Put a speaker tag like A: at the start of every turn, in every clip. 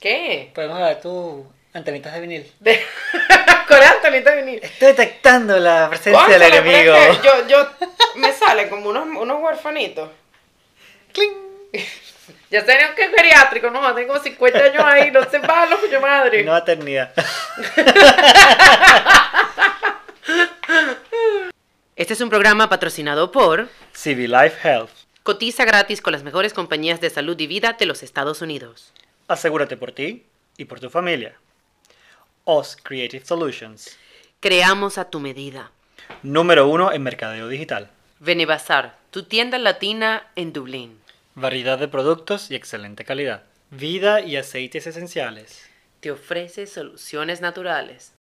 A: ¿Qué?
B: Podemos ver tus antenitas de vinil.
A: De... Con Antonita vinil.
B: Estoy detectando la presencia del
A: Cónchale, pero
B: enemigo.
A: es que Yo, yo me salen como unos, unos huerfanitos.
B: ¡Cling!
A: Ya tenemos que es geriátrico, no, tengo 50 años ahí, no se va lo coño madre.
B: No maternidad.
A: Este es un programa patrocinado por
B: CV Life Health.
A: Cotiza gratis con las mejores compañías de salud y vida de los Estados Unidos.
B: Asegúrate por ti y por tu familia. OS Creative Solutions.
A: Creamos a tu medida.
B: Número uno en mercadeo digital.
A: Benebazar, tu tienda latina en Dublín.
B: Variedad de productos y excelente calidad. Vida y aceites esenciales.
A: Te ofrece soluciones naturales.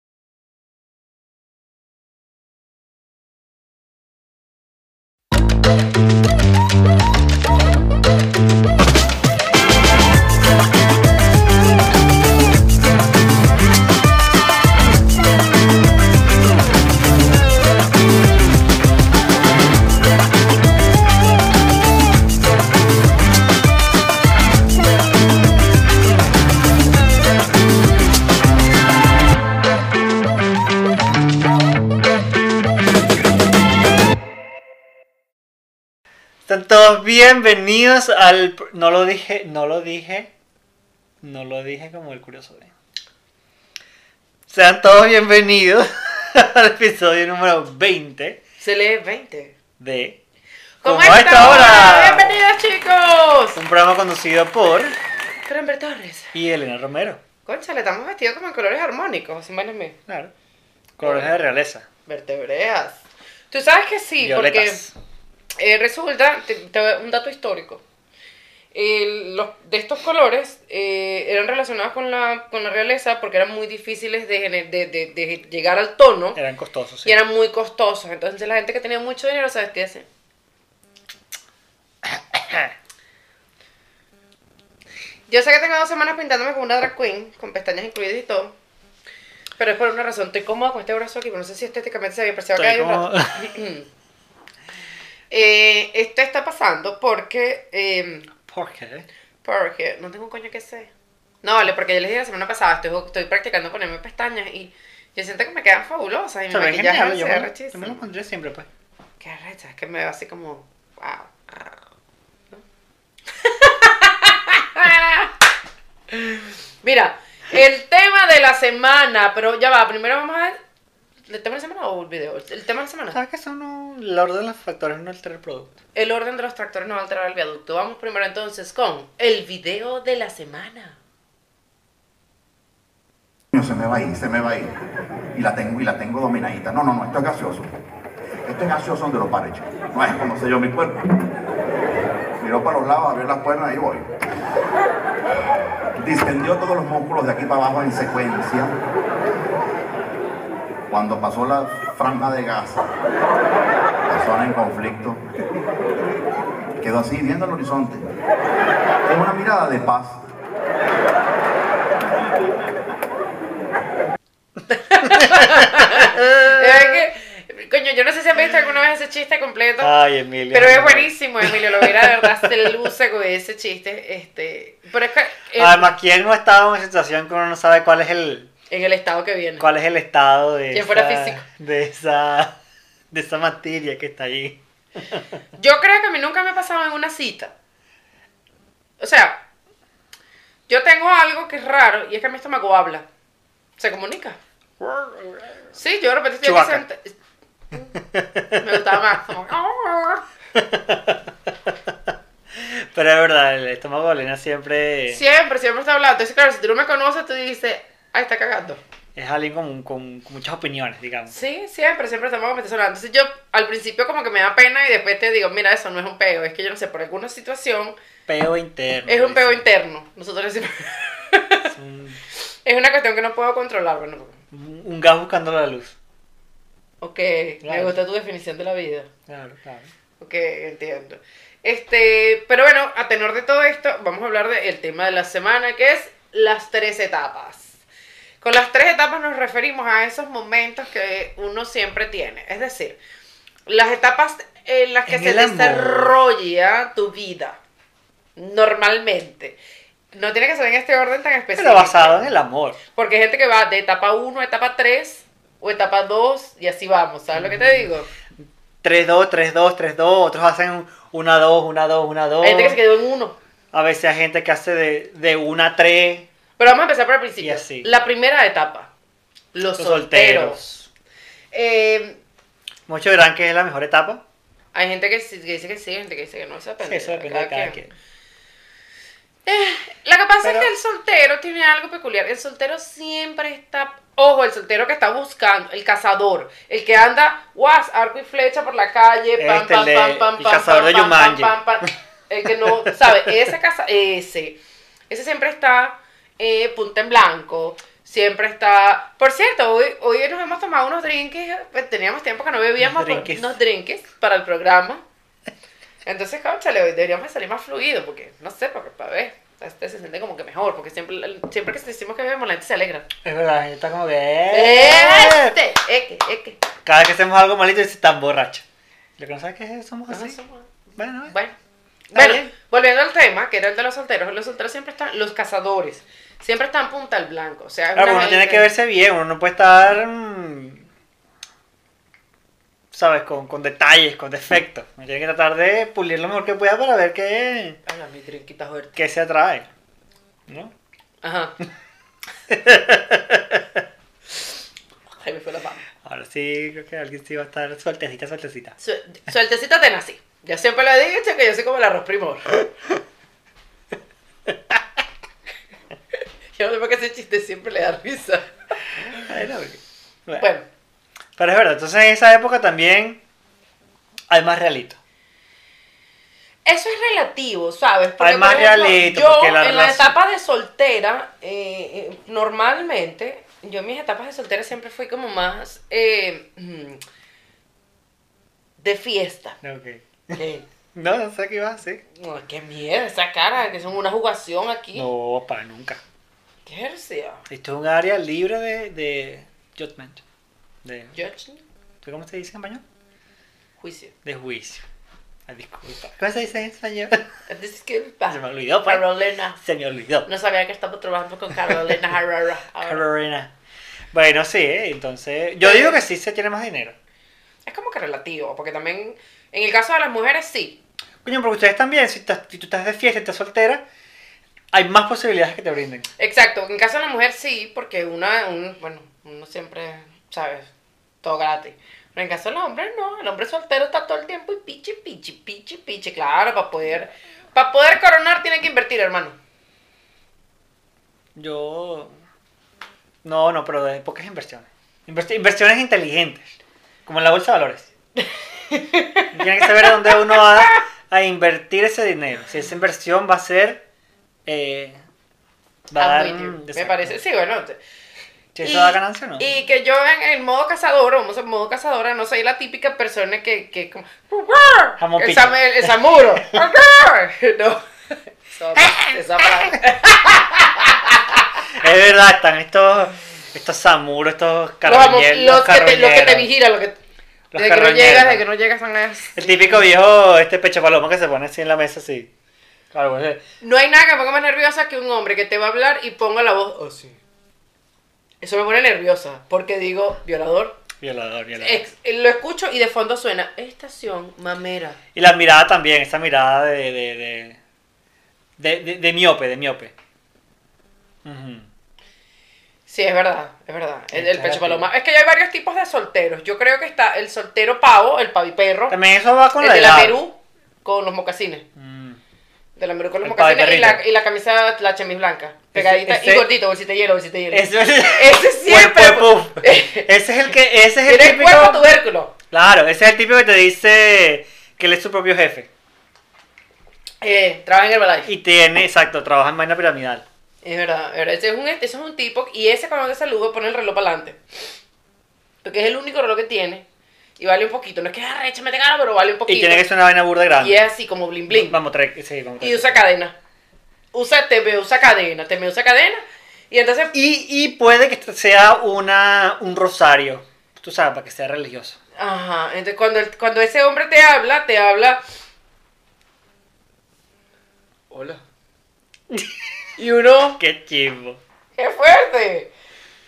B: Están todos bienvenidos al... pr- No lo dije, no lo dije. No lo dije como el curioso de... Sean todos bienvenidos al episodio número 20
A: Se lee 20.
B: de...
A: ¿Cómo,
B: ¡Como a
A: están?
B: esta hora!
A: ¡Bienvenidos, chicos!
B: Un programa conducido por...
A: Cranber Torres.
B: Y Elena Romero.
A: Concha, le estamos vestidos como en colores armónicos, sin valerme.
B: Claro. Colores de realeza.
A: Vertebreas. Tú sabes que sí,
B: Violetas.
A: porque eh, resulta, te- te voy a- un dato histórico. El- los, de estos colores eh, eran relacionados con la, con la realeza porque eran muy difíciles de, gener- de- de- de llegar al tono
B: Eran costosos, sí.
A: y eran muy costosos. Entonces la gente que tenía mucho dinero se vestía así. Yo sé que tengo dos semanas pintándome como una drag queen, con pestañas incluidas y todo. Pero es por una razón, estoy cómoda con este brazo aquí, pero no sé si estéticamente se había apreciado que hay
B: Estoy
A: un rato.
B: como...
A: Eh, esto está pasando porque. eh,
B: ¿Por qué?
A: porque. No tengo un coño que sé. No, vale, porque yo les dije la semana pasada, estoy, estoy practicando ponerme pestañas y yo siento que me quedan fabulosas. Y mi
B: Se ven
A: maquillaje
B: genial,
A: se
B: yo
A: ve
B: me, yo me lo
A: rechísimo.
B: pondré siempre, pues.
A: Qué recha, es que me veo así como. ¡Wow! Mira, el tema de la semana, pero ya va, primero vamos a ver. ¿El tema de la semana o el video? El tema de la semana.
B: ¿Sabes que eso no... La orden de los factores no altera el producto?
A: El orden de los tractores no va a alterar el viaducto. Vamos primero entonces con el video de la semana.
C: Coño, se me va a ir, se me va a ir. Y la tengo, y la tengo dominadita. No, no, no, esto es gaseoso. Esto es gaseoso donde lo pare, chico. No es conocer yo mi cuerpo. Miró para los lados, abrió las piernas y voy. Distendió todos los músculos de aquí para abajo en secuencia. Cuando pasó la franja de gas, persona en conflicto, quedó así viendo el horizonte. Con una mirada de paz.
A: De verdad que, coño, yo no sé si han visto alguna vez ese chiste completo,
B: Ay, Emilio.
A: pero es
B: no.
A: buenísimo, Emilio Lovera, de verdad, se luce con ese chiste. Este, pero es que en,
B: Además, ¿quién no ha estado en situación que uno no sabe cuál es el
A: en el estado que viene.
B: cuál es el estado de
A: Que
B: esa,
A: fuera físico.
B: de esa de esa materia que está ahí?
A: Yo creo que a mí nunca me ha pasado en una cita. O sea, yo tengo algo que es raro y es que mi estómago habla. Se comunica. Sí, yo de repente estoy aquí
B: Chewbacca.
A: sent- Me gustaba más. como, "Ah".
B: Pero es verdad, el estómago de Elena siempre
A: Siempre, siempre está hablando. Entonces, claro, si tú no me conoces, tú dices, ay, está cagando.
B: es alguien con, con, con muchas opiniones, digamos.
A: Sí, siempre, siempre estamos me está sonando. Entonces, yo al principio como que me da pena y después te digo, mira, eso no es un peo. Es que yo no sé, por alguna situación
B: Peo interno.
A: es un
B: dice.
A: peo interno. Nosotros decimos,
B: Es un,
A: es una cuestión que no puedo controlar. Bueno,
B: un gas buscando la luz.
A: ok, me
B: Claro.
A: gusta tu definición de la vida.
B: Claro, claro.
A: Ok, entiendo. Este, pero bueno, a tenor de todo esto, vamos a hablar del tema de la semana, que es las tres etapas. Con las tres etapas nos referimos a esos momentos que uno siempre tiene. Es decir, las etapas en las que
B: En
A: se
B: el amor.
A: desarrolla tu vida normalmente. No tiene que ser en este orden tan específico.
B: Pero basado en el amor.
A: Porque hay gente que va de etapa 1 a etapa 3 o etapa 2 y así vamos, ¿sabes lo que te digo?
B: 3-2, 3-2, 3-2. Otros hacen 1-2, 1-2,
A: Hay gente que se
B: 1-2.
A: quedó en uno.
B: A veces hay gente que hace de, de 1-3.
A: Pero vamos a empezar por el principio.
B: Y así.
A: La primera etapa. Los,
B: Los
A: solteros.
B: solteros.
A: Eh,
B: Muchos dirán que es la mejor etapa.
A: hay gente que, sí- que dice que sí, hay gente que dice que no, eso depende.
B: Eso depende de cada quien.
A: Lo que pasa
B: Pero-
A: es que el soltero tiene algo peculiar. El soltero siempre está. Ojo, el soltero que está buscando, el cazador, el que anda, guas, arco y flecha por la calle, pam,
B: Este,
A: pam,
B: el
A: pam,
B: de-
A: pam,
B: el
A: pam,
B: cazador
A: pam,
B: de
A: pam, pam,
B: Jumanji.
A: pam, pam. El que no, ¿sabe? Ese caza, ese. Ese siempre está eh, punta en blanco. Siempre está. Por cierto, hoy, hoy nos hemos tomado unos drinks. pues, Teníamos tiempo que no bebíamos
B: Unos
A: por-
B: drinks.
A: unos drinks para el programa. Entonces, cónchale, hoy deberíamos de salir más fluido, porque no sé, porque para ver, este se siente como que mejor, porque siempre, siempre que decimos que bebemos, la gente se alegra.
B: Es verdad, la gente está como que. "Eh".
A: Este, eque, eque.
B: Cada vez que hacemos algo malito, dice tan borracho. Lo que no sabes que somos
A: No, no
B: así.
A: somos-
B: Bueno, eh.
A: Bueno,
B: Ah, Está
A: bueno
B: bien.
A: volviendo al tema, que era el de los solteros, los solteros siempre están, los cazadores, siempre están punta al blanco. O sea, es
B: Claro,
A: una
B: uno Ah, tiene
A: gente-
B: que verse bien, uno no puede estar. mm, ¿Sabes? Con, con detalles, con defectos. Uno tiene que tratar de pulir lo mejor que pueda para ver qué,
A: Ay, mi trinquita fuerte.
B: qué se atrae. ¿No?
A: Ajá. Ahí me fue la pama.
B: Ahora sí, creo que alguien sí va a estar sueltecita, sueltecita.
A: Su- Sueltecita te nací. Yo siempre lo he dicho que yo soy como el arroz primor. Yo no sé por qué ese chiste siempre le da risa.
B: Ay, no, porque- bueno.
A: Bueno,
B: Pero es verdad, entonces en esa época también hay más realito.
A: eso es relativo, ¿sabes?
B: Hay más
A: por ejemplo,
B: realito,
A: Yo,
B: porque la
A: en la
B: relación-
A: etapa de soltera, eh, eh, normalmente, yo en mis etapas de soltera siempre fui como más eh, mm, de fiesta.
B: Ok.
A: Eh,
B: No, no sé qué iba a hacer.
A: no, qué miedo esa cara, que son una jugación aquí.
B: No, para nunca.
A: Qué ejercicio.
B: Esto es un área libre de, de judgment. De,
A: Judge,
B: ¿Cómo se dice en español?
A: juicio.
B: De juicio. Ay, disculpa. ¿Cómo se dice en español?
A: Disculpa.
B: Se me olvidó, pues.
A: Carolina.
B: Se me olvidó.
A: No sabía que estaba trabajando con Carolina Herrera. ahora.
B: Carolina. Bueno, sí, ¿eh? entonces. Yo digo que sí se tiene más dinero.
A: Es como que relativo, porque también en el caso de las mujeres sí.
B: Coño, porque ustedes también, si, estás- si tú estás de fiesta y estás soltera, hay más posibilidades que te brinden.
A: Exacto, en el caso de la mujer sí, porque una, un- bueno, uno siempre, ¿sabes? Todo gratis. Pero en el caso del hombre no, el hombre soltero está todo el tiempo y pichi, pichi, pichi, pichi. Claro, para poder, para poder coronar tiene que invertir, hermano.
B: Yo. No, no, pero de pocas inversiones. Invers- inversiones inteligentes. Como en la bolsa de valores. Tiene que saber dónde uno va a invertir ese dinero. Si esa inversión va a ser. eh, va a
A: I'm with
B: dar,
A: you. Ah, Me
B: mm, exacto. Ah.
A: parece, sí, bueno. te-
B: Si eso da ganancia o no.
A: y que yo en el modo cazador, o en modo cazadora, no soy la típica persona que, que como... "Ugar",
B: Jamón
A: el,
B: pico.
A: sam- el, el samuro. "Ugar", no. Esa-
B: Eh.
A: esa palabra.
B: Es verdad, están estos. Estos samuros, estos
A: Los, jamón-
B: carroñeros.
A: los que te, los que te
B: carroñeros.
A: vigilan, los que...
B: Los
A: de que no
B: carroñeros.
A: llegas, de que no llegas son las-
B: El típico viejo, este pecho paloma que se pone así en la mesa, así. Claro, pues, eh,
A: No hay nada que me ponga más nerviosa que un hombre que te va a hablar y ponga la voz así. Eso me pone nerviosa, porque digo, violador.
B: violador, violador.
A: Ex- lo escucho y de fondo suena, estación mamera.
B: Y la mirada también, esa mirada de. de. de. de, de- de miope, de miope. Ujú.
A: Sí, es verdad, es verdad. El, el
B: Está
A: pecho
B: la
A: paloma. Es que ya hay varios tipos de solteros. Yo creo que está el soltero pavo, el paviperro, el
B: También eso va con la
A: de la
B: edad.
A: Perú con los mocasines.
B: Mm.
A: De la Perú con los
B: El
A: mocasines y la,
B: paviperrito.
A: y la camisa, la chemis blanca. Pegadita
B: ese-
A: y gordito, bolsita de hielo, bolsita de hielo.
B: Eso es-
A: Ese siempre.
B: Puef, puef, puef. pues, Ese es el que. Ese es el
A: Tiene el
B: típico.
A: cuerpo tubérculo.
B: Claro, ese es el típico que te dice que él es su propio jefe.
A: Eh, trabaja en Herbalife.
B: Y tiene, exacto, trabaja en vaina piramidal.
A: Es verdad, es verdad. Ese es un, ese es un tipo y ese cuando te saluda pone el reloj para adelante. Porque es el único reloj que tiene y vale un poquito. No es que es arrecha, me gana, pero vale un poquito.
B: Y tiene que ser una vaina burda grande.
A: Y es así como blin blin.
B: Vamos, tres, sí, vamos,
A: Y
B: tres.
A: usa cadena. Usa TV, usa cadena, TV usa cadena. Y entonces,
B: Y, y puede que esto sea una, un rosario, tú sabes, para que sea religioso.
A: ajá, entonces cuando, el- cuando ese hombre te habla, te habla. Hola. Y uno,
B: Qué chimbo.
A: ¡qué fuerte!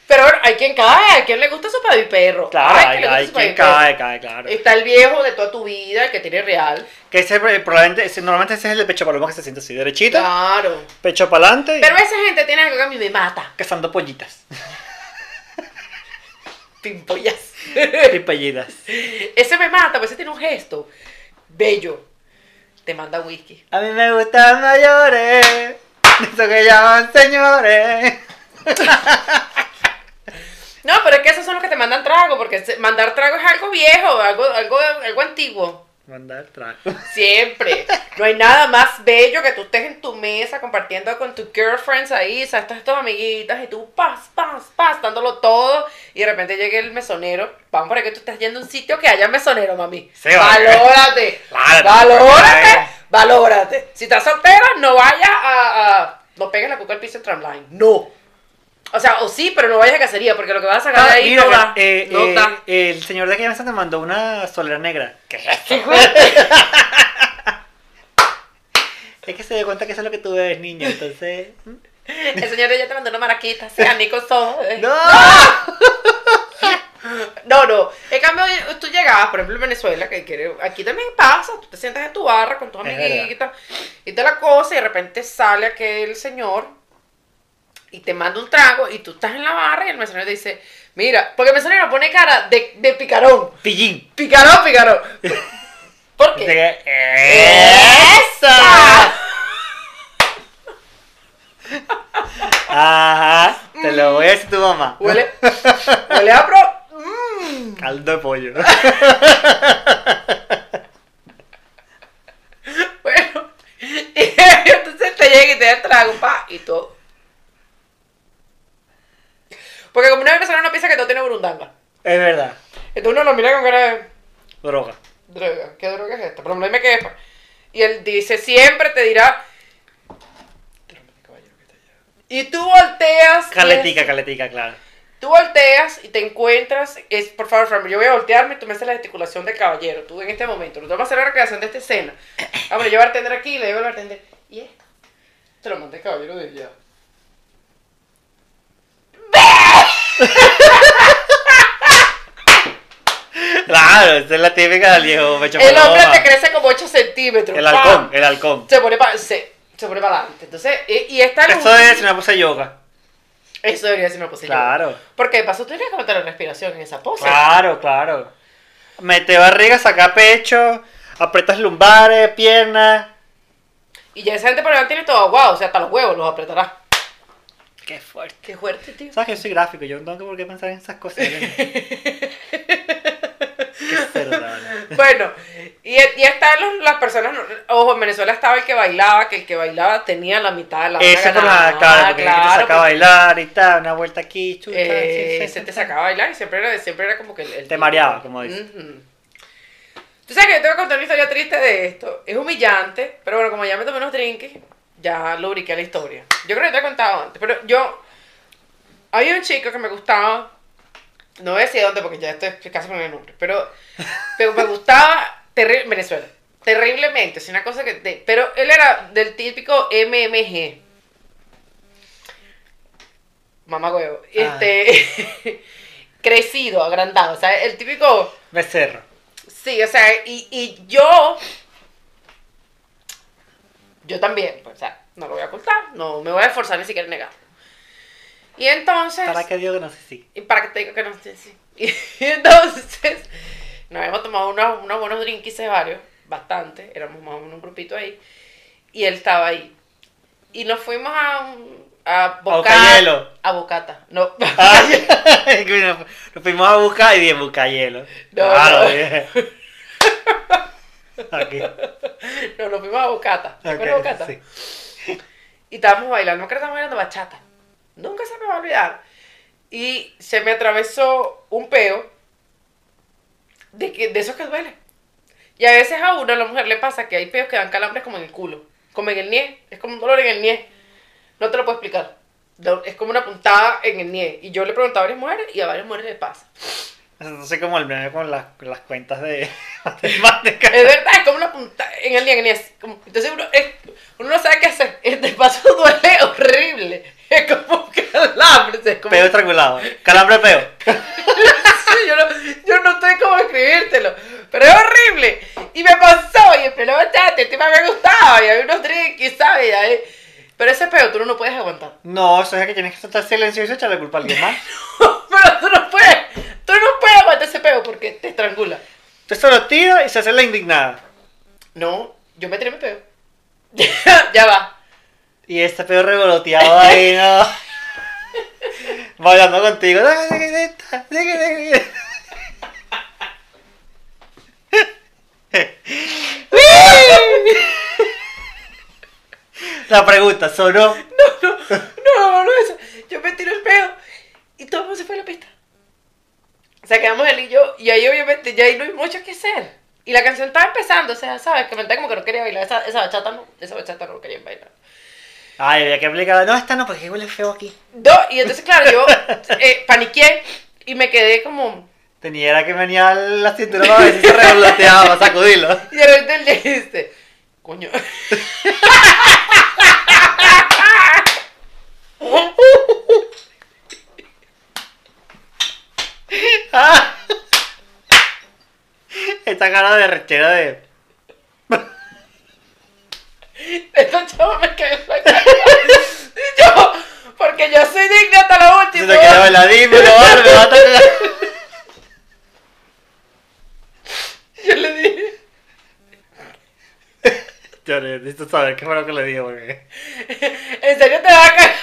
A: Pero bueno, hay quien cae, hay quien le gusta su pavi perro.
B: Claro,
A: Ay, que le
B: hay,
A: gusta
B: hay
A: su
B: quien
A: paviperro.
B: cae, cae, claro.
A: Está el viejo de toda tu vida, el que tiene real.
B: Que ese eh, probablemente, ese- normalmente ese es el de pecho paloma que se siente así, derechito,
A: Claro.
B: pecho para adelante,
A: Pero esa gente tiene algo que a mí me mata.
B: cazando pollitas,
A: Pimpollas.
B: pipallitas.
A: Ese me mata, pues ese tiene un gesto bello. Te manda whisky.
B: A mí me gustan mayores, eso que llaman señores.
A: No, pero es que esos son los que te mandan trago, porque se- mandar trago es algo viejo, algo, algo, algo antiguo.
B: Mandar trago.
A: Siempre. No hay nada más bello que tú estés en tu mesa compartiendo con tus girlfriends ahí, o sea, estás tus amiguitas y tú paz, paz, paz, dándolo todo. Y de repente llega el mesonero. Vamos para que tú estás yendo a un sitio que haya mesonero, mami.
B: Sí, vale.
A: valórate.
B: Claro,
A: valórate.
B: claro.
A: Valórate. Si estás soltera, no vayas a, a- No pegues la cuca al piso en tramline. No. O sea, o sí, pero no vayas a cacería, porque lo que vas a sacar de ahí
B: Ah, Mira,
A: no da.
B: eh,
A: no
B: eh,
A: da.
B: el señor de aquí mesa te mandó una solera negra. ¿Qué es eso? Es que se dio cuenta que eso es lo que tú ves, niño, entonces...
A: El señor ya te mandó una maraquita, sea Nico Soho. eh.
B: ¡No!
A: No, no. En cambio, tú llegabas, por ejemplo, en Venezuela, que quiere, aquí también pasa, tú te sientas en tu barra con tus
B: Es
A: amiguitas y toda la cosa, y de repente sale aquel señor y te manda un trago, y tú estás en la barra y el mesonero te dice, mira, porque el mesonero pone cara de, de picarón.
B: Pillín.
A: Picarón, picarón. ¿Por qué? Ah,
B: De-
A: ¡Esa!
B: Ajá, te lo
A: Mm.
B: voy a decir tu mamá.
A: Huele, huele a pro. Mm.
B: Caldo de pollo.
A: Bueno, y entonces te llega y te da el trago, pa, y todo. Porque como una venezolana no piensa que todo tiene burundanga.
B: Es verdad,
A: Entonces uno lo mira con cara de
B: droga.
A: Pues droga, ¿qué droga es esta? Pero no dime qué es. pa". Y él dice, siempre te dirá. Y tú volteas. y es-
B: Caletica, caletica, claro.
A: Tú volteas y te encuentras, es, por favor, Fran, yo voy a voltearme y tú me haces la gesticulación de caballero, tú en este momento, tú vas a hacer la recreación de esta escena. Ah, bueno, yo voy a atender aquí, le digo al bartender, y esto, te lo mandé caballero de ya.
B: Claro, esa es la típica del viejo pecho
A: El hombre
B: paloma.
A: te Ah. crece como 8 centímetros.
B: El
A: ¡pam!
B: halcón, el halcón.
A: Se pone para se, se pone para adelante. Entonces, y, y está el
B: Eso es una pose yoga.
A: Eso debería ser una pose.
B: Claro.
A: Porque de paso tú tienes que meter la respiración en esa pose.
B: Claro, claro. Mete barriga, saca pecho, aprietas lumbares, piernas.
A: Y ya esa gente por delante tiene todo aguado, o sea, hasta los huevos los apretará.
B: Qué fuerte.
A: Qué fuerte, tío.
B: Sabes que yo soy gráfico, yo no tengo por qué pensar en esas cosas. Elena. Qué cerda,
A: Bueno, y, y están los- las personas, ojo, en Venezuela estaba el que bailaba, que el que bailaba tenía la mitad de la hora
B: Eso por
A: ganada.
B: la cara, porque
A: claro,
B: te saca a
A: porque,
B: bailar y tal, una vuelta aquí, chuta.
A: eh,
B: sí, sí,
A: se
B: sí,
A: te
B: sí.
A: sacaba a bailar y siempre era, siempre era como que... El, el-
B: Te mareaba, como dices.
A: Ujú. Tú sabes que yo te voy a contar una historia triste de esto. Es humillante, pero bueno, como ya me tomé unos drinks, ya lubriqué la historia. Yo creo que te he contado antes, pero yo... Había un chico que me gustaba, no voy a decir dónde porque ya estoy casi con el nombre, pero, pero me gustaba terri- Venezuela, terriblemente, es una cosa que... te- pero él era del típico MMG. Mamá huevo. Este, crecido, agrandado, o sea, el típico...
B: Becerro.
A: Sí, o sea, y, y yo. Yo también, pues, o sea, no lo voy a ocultar, no me voy a esforzar ni siquiera a negarlo. Y entonces.
B: Para que Dios no sé si.
A: Y para que te diga que no sé si. Y entonces. Nos habíamos tomado unos, unos buenos drinks varios, bastante, éramos más o menos un grupito ahí. Y él estaba ahí. Y nos fuimos a. un- A
B: Bocayelo.
A: Bocata. A Bocata. No.
B: Ay, que nos- nos fuimos a buscar y dije, busca hielo. Ah,
A: no.
B: dije. Aquí.
A: No, nos fuimos a Bocata. ¿Te acuerdas de
B: ok,
A: Bocata?
B: sí.
A: Y estábamos bailando, creo que estábamos bailando bachata. Nunca se me va a olvidar. Y se me atravesó un peo de, que, de esos que duele. Y a veces a uno, a la mujer le pasa que hay peos que dan calambres como en el culo, como en el nie. Es como un dolor en el nie. No te lo puedo explicar. No, Es como una puntada en el nie. Y yo le preguntaba a varias mujeres y a varias mujeres les pasa.
B: Entonces como el meme con las, las cuentas de matemáticas.
A: Es verdad, es como una punta en el día, en el día, como- entonces uno, es- uno no sabe qué hacer. Este paso duele horrible. Es como un calambre. Es como...
B: Peo estrangulado. Calambre de peo.
A: Sí, yo, no, yo no sé cómo escribírtelo. Pero es horrible. Y me pasó. Y el pelo bastante. El tema me gustaba. Y había unos drinks, ¿sabes? Y ahí- Pero ese peo tú no lo puedes aguantar.
B: No, eso es que tienes que estar silencioso y echarle culpa a alguien más.
A: Pero tú no puedes. Tú no puedes aguantar ese peo porque te estrangula.
B: Entonces se lo tira y se hace la indignada.
A: No, yo me tiré mi peo. ya va.
B: Y este peo revoloteado ahí, ¿no? Bailando contigo. La pregunta, ¿sonó?
A: No, no, eso. Yo me tiré el peo. Y todo el mundo se fue a la pista. O sea, quedamos él y yo. Y ahí, obviamente, ya ahí no hay mucho que hacer. Y la canción estaba empezando. O sea, ¿sabes? Que me como que no quería bailar. Esa, esa bachata no. Esa bachata no quería bailar.
B: Ay, había que aplicar. No, esta no, porque huele feo aquí.
A: No, y entonces, claro, yo eh, paniqué. Y me quedé como.
B: Tenía era que venía la cintura para ver si se revoloteaba, para sacudirlo.
A: Y de repente él le dice: Coño.
B: Ah. Esta cara de rechera de.
A: Estos chavos me cagó en la cara. Y yo, porque yo soy digna hasta lo
B: Si
A: último.
B: no quieres bailar, dímelo, vale, me va a tocar.
A: Yo le dije,
B: Yo necesito saber qué fue lo que le dije, porque.
A: ¿en serio te vas a cagar?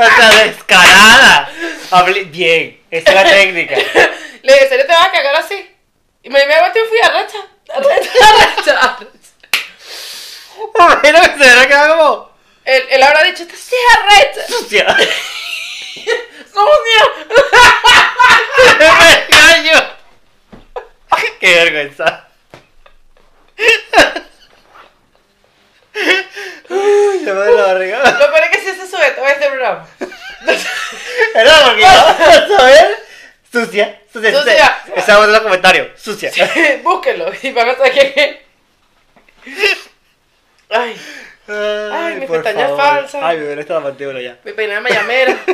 B: O sea, descarada. Hablé- Bien, esa es la técnica.
A: Le dije, ¿en serio te vas a cagar así? Y me, me aguanté y fui arrecha, arrecha, arrecha, arrecha.
B: Bueno, se verá que hago.
A: Él, él habrá dicho, esta sí es arrecha.
B: Sucia.
A: Somos niños.
B: Me engaño. Qué vergüenza. Uy, ya me duele la barriga.
A: Lo peor es que sí se sube todo este programa.
B: Era porque vamos a ver. Sucia, sucia, sucia.
A: Sucia.
B: Esa voz de los comentarios. Sucia.
A: Búsquenlo y van a saber que... Ay, Ay, mi
B: por
A: pestaña
B: favor.
A: falsa.
B: Ay, me duele esta la mandíbula ya.
A: mi peinada me llamera.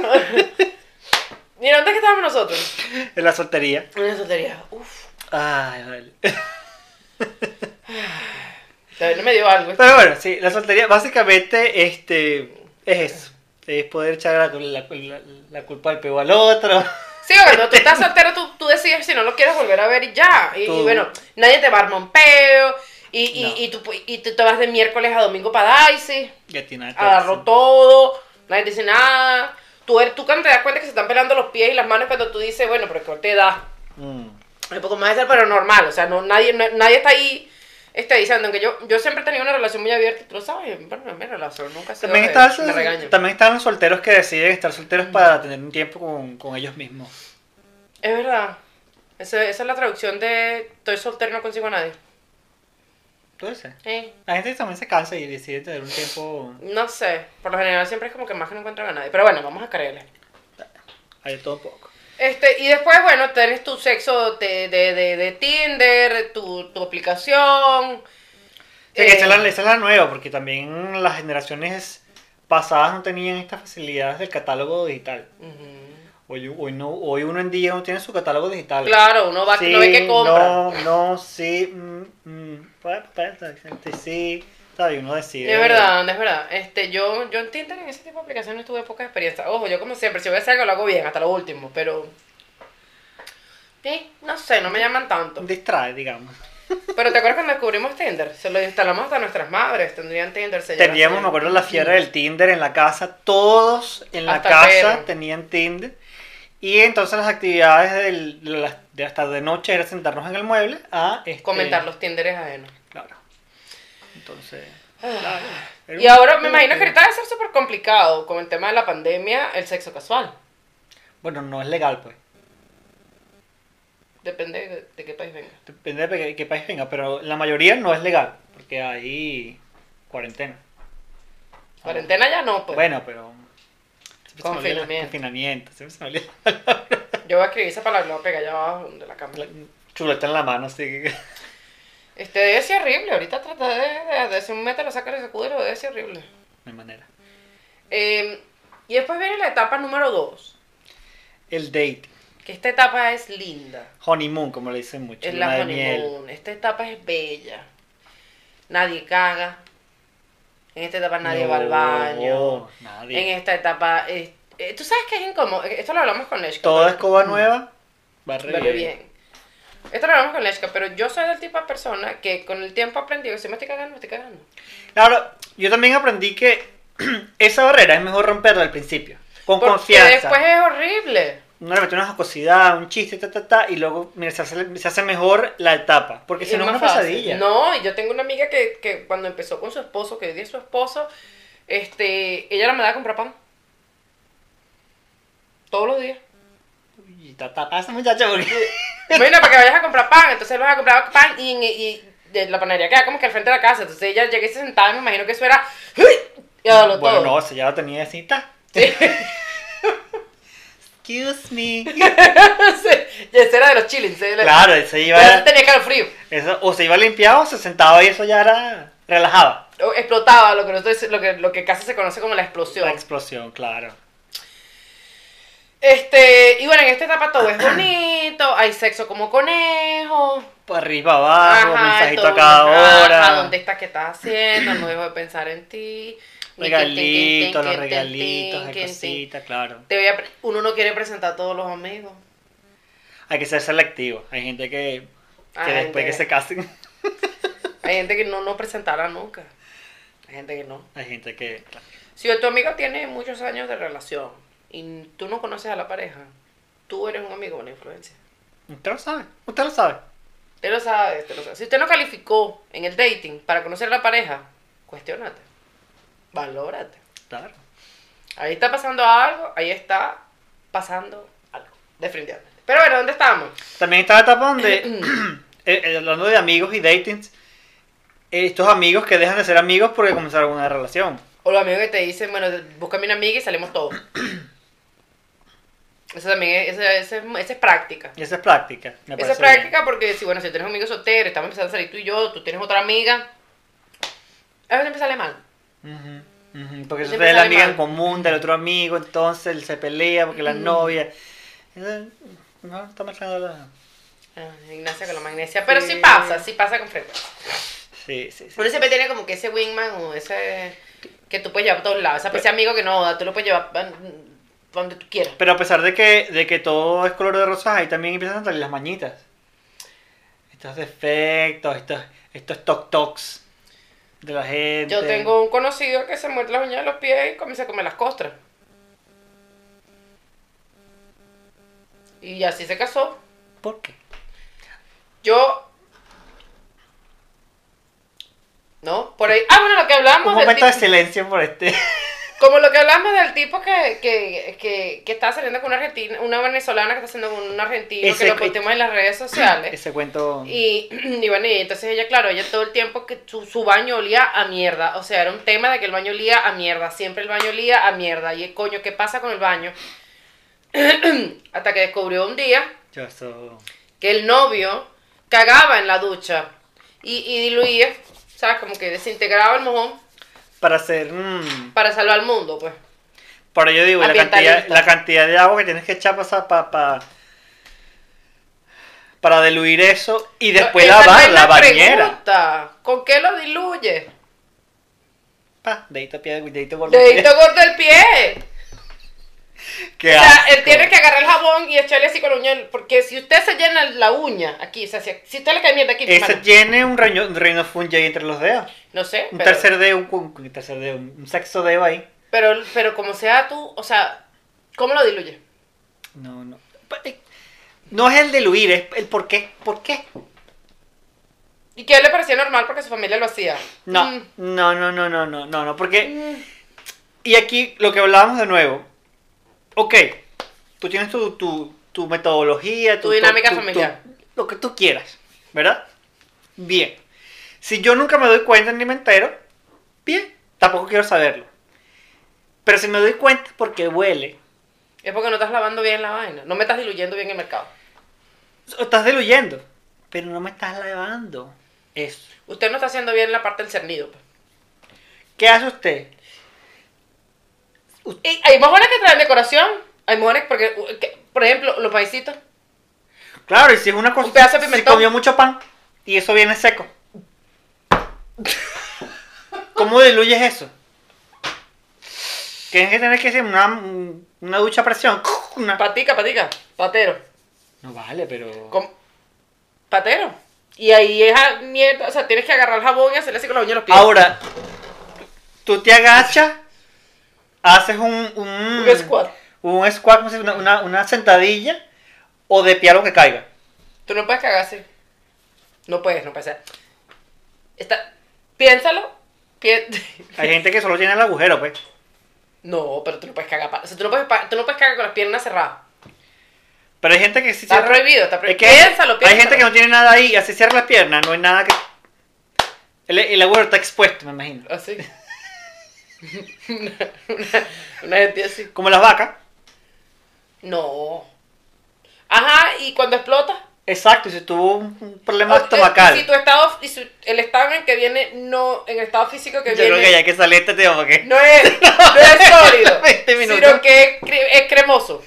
A: Mira, ¿dónde es que estábamos nosotros?
B: En la soltería.
A: En la soltería. Uf,
B: Ay, vale.
A: todavía no me dio algo.
B: Pero bueno, sí, la soltería básicamente este, es eso. Es poder echar la, la- la- la culpa del pego al otro.
A: Sí, cuando tú estás soltero, tú, tú decides si no lo quieres volver a ver y ya. Y, y
B: Tú.
A: bueno, nadie te va a armar un peo. Y, y,
B: No.
A: y tú, pu- y tú te vas de miércoles a domingo para Daisy.
B: Y a ti nada que
A: Agarró
B: hacer.
A: todo. Nadie dice nada. Tú, eres- tú cuando te das cuenta que se están pelando los pies y las manos cuando tú dices, bueno, pero ¿qué te da?
B: Mm.
A: Un poco más de ser, pero normal. O sea, no, nadie, na- nadie está ahí este, diciendo. Aunque yo, yo siempre he tenido una relación muy abierta. Tú lo sabes, bueno, mi relación nunca ha sido
B: También,
A: de-
B: está
A: me regañan.
B: también están los solteros que deciden estar solteros para tener un tiempo con, con ellos mismos.
A: Es verdad. Ese- esa es la traducción de estoy soltero y no consigo a nadie.
B: ¿Tú dices?
A: Eh.
B: La gente también se cansa y decide tener un tiempo.
A: No sé, por lo general siempre es como que más que no encuentran a nadie. Pero bueno, vamos a creerle.
B: Hay de todo un poco.
A: Este, y después, bueno, tienes tu sexo de, de, de, de Tinder, tu, tu aplicación.
B: Sí, que esa, es la,
A: Eh,
B: esa es la nueva, porque también las generaciones pasadas no tenían estas facilidades del catálogo digital.
A: ujú.
B: Hoy, hoy, no, hoy uno en día no tiene su catálogo digital.
A: Claro, uno va,
B: Sí,
A: no ve que compra.
B: No, no, sí. mm, mm, pa- pa- pa- sí. ¿sabes? Uno decide.
A: Es verdad, es verdad. Este, yo, yo en Tinder en ese tipo de aplicaciones tuve poca experiencia. Ojo, yo como siempre, si voy a hacer algo lo hago bien, hasta lo último, pero. Eh, no sé, no me llaman tanto.
B: Distrae, digamos.
A: Pero te acuerdas cuando descubrimos Tinder, se lo instalamos hasta nuestras madres, tendrían Tinder, señoras, eh,
B: Teníamos, me
A: señores.
B: acuerdo, la fiebre del Tinder en la casa. Todos en la
A: Hasta
B: casa
A: Pedro.
B: tenían Tinder. Y entonces las actividades del- de, las- de hasta de noche era sentarnos en el mueble a este,
A: comentar los Tinderes ajenos.
B: Claro. Entonces. era
A: Ah. Y
B: un-
A: ahora me
B: un-
A: imagino que ahorita debe ser súper complicado con el tema de la pandemia, el sexo casual.
B: Bueno, no es legal, pues.
A: Depende de, de qué país venga.
B: Depende de qué, qué país venga, pero la mayoría no es legal, porque hay cuarentena. Ah.
A: Cuarentena ya no, pues.
B: Bueno, pero. siempre se me olvida la-
A: Confinamiento.
B: Confinamiento. siempre se me olvida.
A: Yo voy a escribir esa palabra y la voy a pegar allá abajo de la cámara.
B: La chuleta en la mano, así que.
A: Este debe ser horrible. Ahorita trata de, de, de si un meta lo saca y sacudero, debe ser horrible.
B: No hay manera.
A: Eh, y después viene la etapa número 2.
B: El date.
A: Que esta etapa es linda.
B: Honeymoon, como le dicen mucho.
A: Es
B: luna
A: la
B: de miel.
A: honeymoon. Esta etapa es bella. Nadie caga. En esta etapa nadie va al
B: No,
A: baño.
B: nadie.
A: En esta etapa. es- eh, Tú sabes que es incómodo. Esto lo hablamos con Leshka.
B: Toda
A: pero-
B: escoba nueva barre,
A: este Vale
B: bien.
A: bien. Esto lo hablamos con Leshka, pero yo soy del tipo de persona que con el tiempo aprendí que si me estoy cagando, me estoy cagando.
B: Claro, yo también aprendí que esa barrera es mejor romperla al principio. Con
A: Porque
B: confianza.
A: después es horrible.
B: Uno le mete una jocosidad, un chiste, ta, ta, ta, y luego mira, se, hace, se hace mejor la etapa. Porque si
A: Es
B: no es
A: más
B: una
A: fácil.
B: pesadilla.
A: No, y yo tengo una amiga que, que cuando empezó con su esposo, que hoy día es su esposo, este, ella la mandaba a comprar pan. Todos los días.
B: Y ta, ta, ta, esa muchacha, porque-
A: Bueno, para que vayas a comprar pan, entonces vas a comprar pan y, en- y de la panadería queda como que al frente de la casa. Entonces ella llega y se sentaba, me imagino que eso era. ¡Uy! Y a darlo
B: Bueno,
A: todo.
B: no, se ya la tenía así, ta.
A: Sí.
B: Excuse me.
A: Sí, y ese era de los chiles. ese era-
B: Claro, eso iba,
A: Pero ese tenía calofrío.
B: eso, o se iba limpiado o se sentaba y eso ya era relajaba.
A: O Explotaba lo que, nosotros- lo, que, lo que casi se conoce como la
B: La
A: explosión.
B: explosión, claro.
A: Este, y bueno, en esta etapa todo es bonito, hay sexo como conejo.
B: Para arriba, abajo, Ah, mensajito a
A: todo,
B: cada
A: ajá,
B: hora.
A: ¿Dónde estás? ¿Qué estás haciendo? No dejo de pensar en ti. Ni tin, tin, tin, tin,
B: Regalitos, los
A: tin, tin,
B: regalitos,
A: tin,
B: la
A: tin, tin.
B: cosita, claro.
A: Te voy a pre- Uno no quiere presentar a todos los amigos.
B: Hay que ser selectivo. Hay gente que, que
A: Hay gente-
B: después que se casen,
A: Hay gente que no, no presentará nunca. Hay gente que no.
B: hay gente que.
A: Si tu amigo tiene muchos años de relación y tú no conoces a la pareja, tú eres un amigo con influencia.
B: Usted lo sabe, usted lo sabe.
A: Usted lo sabe, usted lo sabe. Si usted no calificó en el dating para conocer a la pareja, cuestionate. Valórate.
B: Claro.
A: Ahí está pasando algo, ahí está pasando algo. Definitivamente. Pero bueno, ¿dónde estamos?
B: También está la etapa donde, eh, eh, hablando de amigos y datings, eh, estos amigos que dejan de ser amigos porque comenzaron una relación.
A: O los amigos que te dicen, bueno, búscame una amiga y salimos todos. Eso también es, esa- esa es- esa es práctica.
B: Y esa es práctica. me
A: Esa es
B: parece bien.
A: práctica porque si, bueno, si tienes un amigo soltero, estamos empezando a salir tú y yo, tú tienes otra amiga, a veces me sale mal.
B: Ujú, ujú, Porque
A: Siempre
B: usted es
A: sale
B: la amiga
A: mal.
B: en común del otro amigo, entonces él se pelea porque la novia. Eh, No, está marcando la.
A: Ah, Ignacia con la magnesia, pero sí
B: Sí.
A: pasa, sí pasa con frecuencia.
B: Sí, sí, sí.
A: Uno siempre tiene como que ese wingman o ese que tú puedes llevar a todos lados, esa- ese amigo que no, tú lo puedes llevar a donde tú quieras.
B: Pero a pesar de que, de que todo es color de rosas, ahí también empiezan a salir las mañitas. Estos defectos, estos, estos toc tocs de la gente.
A: Yo tengo un conocido que se muerde las uñas de los pies y comienza a comer las costras. Y así se casó.
B: ¿Por qué?
A: Yo. No, por ahí. Ah, bueno, lo que hablamos.
B: Un
A: del
B: momento de
A: tipo-
B: silencio por este.
A: como lo que hablamos del tipo que, que, que, que está saliendo con una argentina, una venezolana que está saliendo con un argentino,
B: Ese
A: que lo
B: cu-
A: pusimos en las redes sociales.
B: Ese cuento.
A: Y, y bueno, y entonces ella, claro, ella todo el tiempo que su, su baño olía a mierda. O sea, era un tema de que el baño olía a mierda. Siempre el baño olía a mierda. Y coño, ¿qué pasa con el baño? Hasta que descubrió un día
B: Yo, eso.
A: que el novio cagaba en la ducha y, y diluía, ¿sabes? Como que desintegraba el mojón
B: Para hacer. mm,
A: para salvar al mundo, pues.
B: Pero yo digo, la cantidad,
A: Ambientalista.
B: la cantidad de agua que tienes que echar para. para, para diluir eso y después
A: Esa no
B: lavar
A: es
B: la bañera.
A: pregunta. ¿Con qué lo diluye?
B: Pa, dedito a pie, dedito por
A: Dedito gordo del pie.
B: Qué
A: O sea, él
B: asco.
A: tiene que agarrar el jabón y echarle así con la uña. Porque si usted se llena la uña aquí, o sea, si, si usted le cae mierda aquí,
B: Ese
A: mano,
B: tiene un reino, un reino fungi ahí entre los dedos.
A: no sé.
B: Un
A: pero,
B: tercer dedo, un, cu- un tercer dedo, un sexto dedo ahí.
A: pero, pero como sea tú, o sea, ¿cómo lo diluye?
B: No, no. Pa- eh, No es el diluir, es el por qué. ¿Por qué?
A: ¿Y que a él le parecía normal porque su familia lo hacía?
B: No,
A: Mm.
B: no, no, no, no, no, no, no. Porque,
A: Mm.
B: y aquí lo que hablábamos de nuevo. Ok, tú tienes tu, tu, tu metodología,
A: Tu dinámica familiar.
B: lo que tú quieras, ¿verdad? Bien. Si yo nunca me doy cuenta ni me entero, bien, tampoco quiero saberlo. Pero si me doy cuenta porque huele,
A: Es porque no estás lavando bien la vaina. No me estás diluyendo bien el mercado.
B: O estás diluyendo, pero no me estás lavando. Eso.
A: Usted no está haciendo bien la parte del cernido. pues.
B: ¿Qué hace usted?
A: Y hay mojones que traen decoración. Hay mojones porque, u- que- por ejemplo, los paisitos.
B: Claro, y si es una cosa.
A: Un pedazo de
B: si
A: pimentón.
B: comió mucho pan y eso viene seco. ¿Cómo diluyes eso? Tienes que tener que hacer una, una ducha a presión. Una-
A: Patica, patica. Patero.
B: No vale, pero.
A: Con- Patero. Y ahí es a- mierda. O sea, tienes que agarrar el jabón y hacerle así con los uñas de los pies.
B: Ahora, tú te agachas, haces un. Un,
A: Un squat.
B: Un squat, ¿cómo se dice? una, una- una sentadilla o de pie a lo que caiga.
A: Tú no puedes cagarse. No puedes, no puedes. ser. Está... Piénsalo. Pi-
B: Hay gente que solo tiene el agujero, pues.
A: No, pero tú no puedes cagar. pa- O sea, tú no puedes, pa- tú no puedes cagar con las piernas cerradas.
B: Pero hay gente que sí
A: Está
B: cierra-
A: prohibido, está
B: Es
A: prohibido.
B: que
A: piénsalo, piénsalo.
B: Hay gente que no tiene nada ahí, así cierra las piernas, no hay nada que. El, el agujero está expuesto, me imagino.
A: Así. una, una- una gente así.
B: Como las vacas.
A: No. Ajá, y cuando explota.
B: Exacto, y si tuvo un un problema
A: O- eh,
B: estomacal.
A: Si tu estado, y su- el estado en el que viene, no, en el estado físico que
B: Yo
A: viene.
B: creo que ya hay que salir de este tema porque.
A: No es, no es sólido.
B: 20 minutos.
A: sino que es, cre- es cremoso.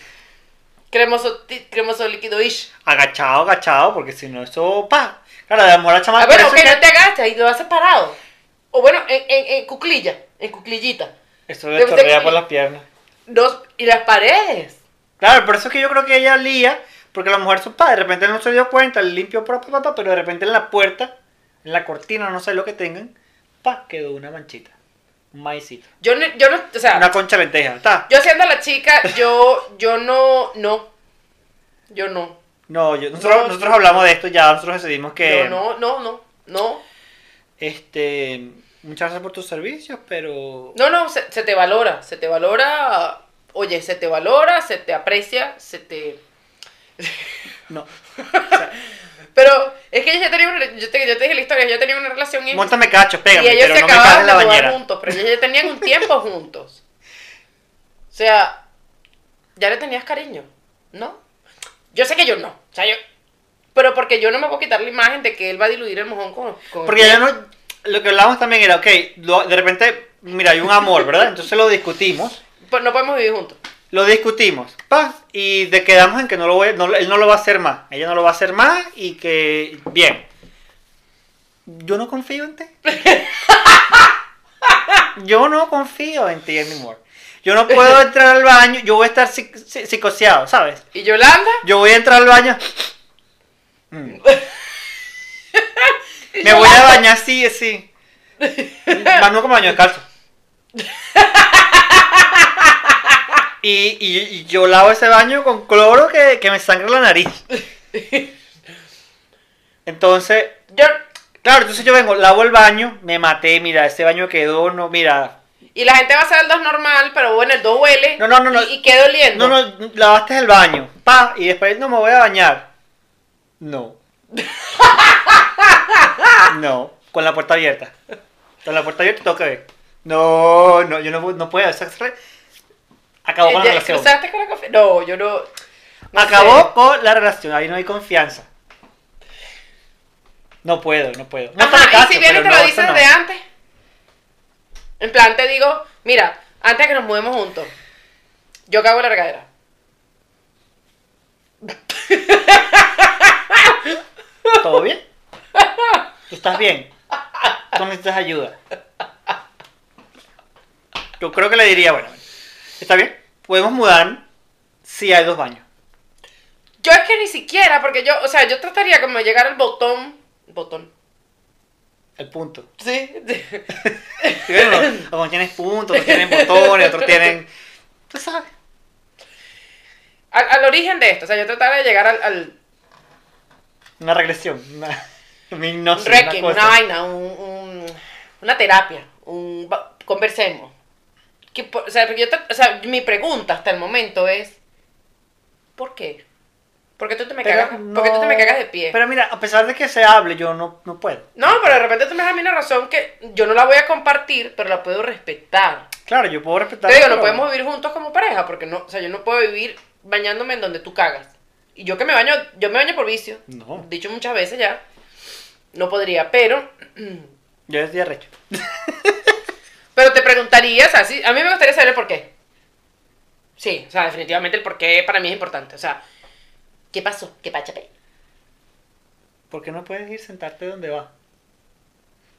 A: Cremoso, ti- cremoso líquido ish.
B: Agachado, agachado, porque si no, eso. ¡Pa! Claro, de amor a chamaco.
A: Ah, bueno,
B: eso
A: que
B: que-
A: no te agachas y lo haces parado. O bueno, en, en, en cuclilla, en cuclillita.
B: Eso
A: Debe
B: le
A: ser
B: chorrea
A: que-
B: por las piernas.
A: Dos, y las paredes.
B: Claro, por eso es que yo creo que ella lía, porque la mujer, su padre, de repente no se dio cuenta, limpió, pa, pa, pa, pa, pero de repente en la puerta, en la cortina, no sé lo que tengan, pa, quedó una manchita. Un maicito.
A: Yo no, yo no, o sea,
B: Una concha de lenteja, ¿está?
A: yo siendo la chica, yo, yo no, no. Yo no.
B: No, yo- nosotros,
A: No,
B: nosotros
A: no.
B: hablamos de esto ya, nosotros decidimos que.
A: Yo no, no, no, no.
B: Este. Muchas gracias por tus servicios, pero.
A: No, no, se, se te valora, se te valora. Oye, se te valora, se te aprecia, se te.
B: No.
A: Pero es que yo tenía una, yo te, yo te dije la historia, yo tenía una relación y,
B: Móntame cachos,
A: y
B: pégame,
A: ellos
B: pero
A: se
B: no me cagas
A: acababan
B: en
A: de
B: la
A: mudar
B: bañera.
A: juntos, pero ellos ya tenían un tiempo juntos. O sea, ya le tenías cariño, ¿no? Yo sé que yo no, o sea, yo, pero porque yo no me puedo quitar la imagen de que él va a diluir el mojón con, con
B: Porque ya no. Lo que hablábamos también era, ok, lo- de repente, mira, hay un amor, ¿verdad? Entonces lo discutimos.
A: Pues no podemos vivir juntos.
B: Lo discutimos, paz, y de quedamos en que no lo voy, no, él no lo va a hacer más, ella no lo va a hacer más y que bien. Yo no confío en ti. Yo no confío en ti anymore. Yo no puedo entrar al baño, yo voy a estar psic- psi- psicoseado, ¿sabes?
A: ¿Y Yolanda?
B: Yo voy a entrar al baño. Mm. Me voy a bañar así, así. Manu como baño descalzo. Y, y, y yo lavo ese baño con cloro que, que me sangra la nariz. Entonces,
A: Yo,
B: claro, entonces yo vengo, lavo el baño, me maté, mira, ese baño quedó, no, mira.
A: y la gente va a hacer el 2 normal, pero bueno, el 2 huele.
B: No, no, no, no.
A: Y, y queda oliendo.
B: No, no, lavaste el baño, pa, y después no me voy a bañar. No. No, con la puerta abierta. Con la puerta abierta tengo que ver. No, no, yo no, pu- no puedo. esa re- Acabó con la
A: Eh, ¿Ya
B: relación.
A: cruzaste con la confi- No, yo no. no
B: Acabó
A: sé.
B: con la relación, ahí no hay confianza. No puedo, no puedo. No
A: Ajá,
B: me cacho,
A: y si viene
B: pero
A: y te
B: no,
A: lo
B: eso
A: dices
B: no.
A: de antes. En plan, te digo, mira, antes de que nos mudemos juntos, yo cago en la regadera.
B: ¿Todo bien? ¿Tú estás bien? ¿Tú necesitas ayuda? Yo creo que le diría, bueno, está bien, podemos mudar si hay dos baños.
A: Yo es que ni siquiera, porque yo, o sea, yo trataría como de llegar al botón. Botón.
B: El punto.
A: Sí.
B: Y bueno, algunos tienen puntos, otros tienen botones, otros tienen... Tú sabes.
A: al, al origen de esto, o sea, yo trataría de llegar al. al
B: Una regresión. Una... No
A: un wrecking, una, vaina, un, un- una terapia, un. va- Conversemos. Que por- o, sea, porque yo tra- o sea, mi pregunta hasta el momento es: ¿por qué? ¿Por qué tú te me, cagas, por qué tú te me cagas de pie?
B: Pero mira, a pesar de que se hable, yo no, no puedo.
A: No, pero de repente tú me das a mí una razón que yo no la voy a compartir, pero la puedo respetar.
B: Claro, yo puedo respetar.
A: Te digo,
B: pero-
A: no podemos vivir juntos como pareja, porque no, o sea, yo no puedo vivir bañándome en donde tú cagas. Y yo que me baño, yo me baño por vicio.
B: No.
A: Dicho muchas veces ya. No podría, pero
B: Yo estoy arrecho.
A: pero te preguntaría, o sea, sí, a mí me gustaría saber el por qué. Sí, o sea, definitivamente el por qué para mí es importante, o sea, ¿qué pasó? ¿Qué pachape?
B: ¿Por qué no puedes ir sentarte donde va?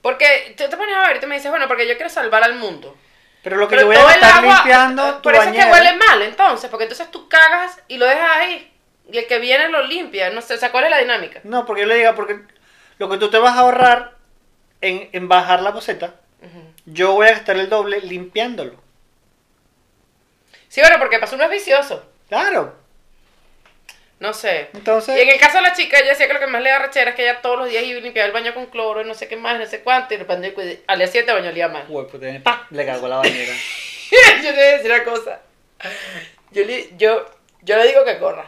A: Porque tú te pones a ver y tú me dices, bueno, porque yo quiero salvar al mundo.
B: Pero lo que
A: Pero
B: yo voy
A: todo
B: a
A: el
B: estar
A: agua,
B: limpiando tu
A: Por eso es que
B: bañera-
A: huele mal, entonces, porque entonces tú cagas y lo dejas ahí. Y el que viene lo limpia, no sé, o sea, ¿cuál es la dinámica?
B: No, porque yo le diga, porque lo que tú te vas a ahorrar en, en bajar la poseta,
A: Ujú.
B: yo voy a gastar el doble limpiándolo.
A: Sí, bueno, porque pasó uno es vicioso.
B: Claro.
A: No sé.
B: Entonces,
A: Y en el caso de la chica, ella decía que lo que más le da rechera es que ella todos los días iba y limpiaba el baño con cloro y no sé qué más, no sé cuánto, y de repente pues, al día siguiente el baño olía mal.
B: Uy, pues, tiene-
A: Pa.
B: le cagó la bañera.
A: yo te voy a decir una cosa. Yo le, yo, yo le digo que corra.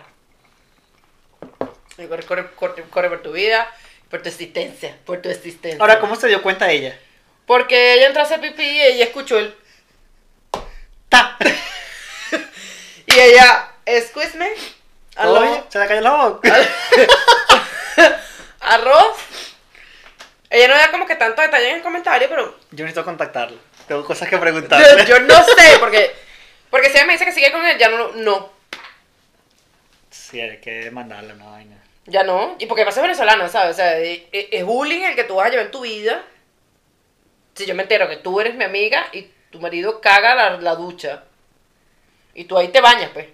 A: Que Corre, corre, corre, corre por tu vida, por tu existencia, por tu existencia.
B: Ahora, ¿cómo se dio cuenta ella?
A: Porque ella entró a hacer pipí y ella escuchó el...
B: ¡Ta!
A: Y ella, excuse me, aló,
B: Oye, se le cayó la boca.
A: arroz. Ella no da como que tanto detalle en el comentario, pero
B: Yo necesito contactarlo. Tengo cosas que preguntarle.
A: Yo, yo no sé, porque, porque si ella me dice que sigue con él, ya no, lo- no,
B: Sí, hay que mandarlo, no vaina.
A: ya no. Y porque además es venezolana, ¿sabes? O sea, e- e- es bullying el que tú vas a llevar en tu vida. Si yo me entero que tú eres mi amiga y tu marido caga la, la ducha. Y tú ahí te bañas, pues.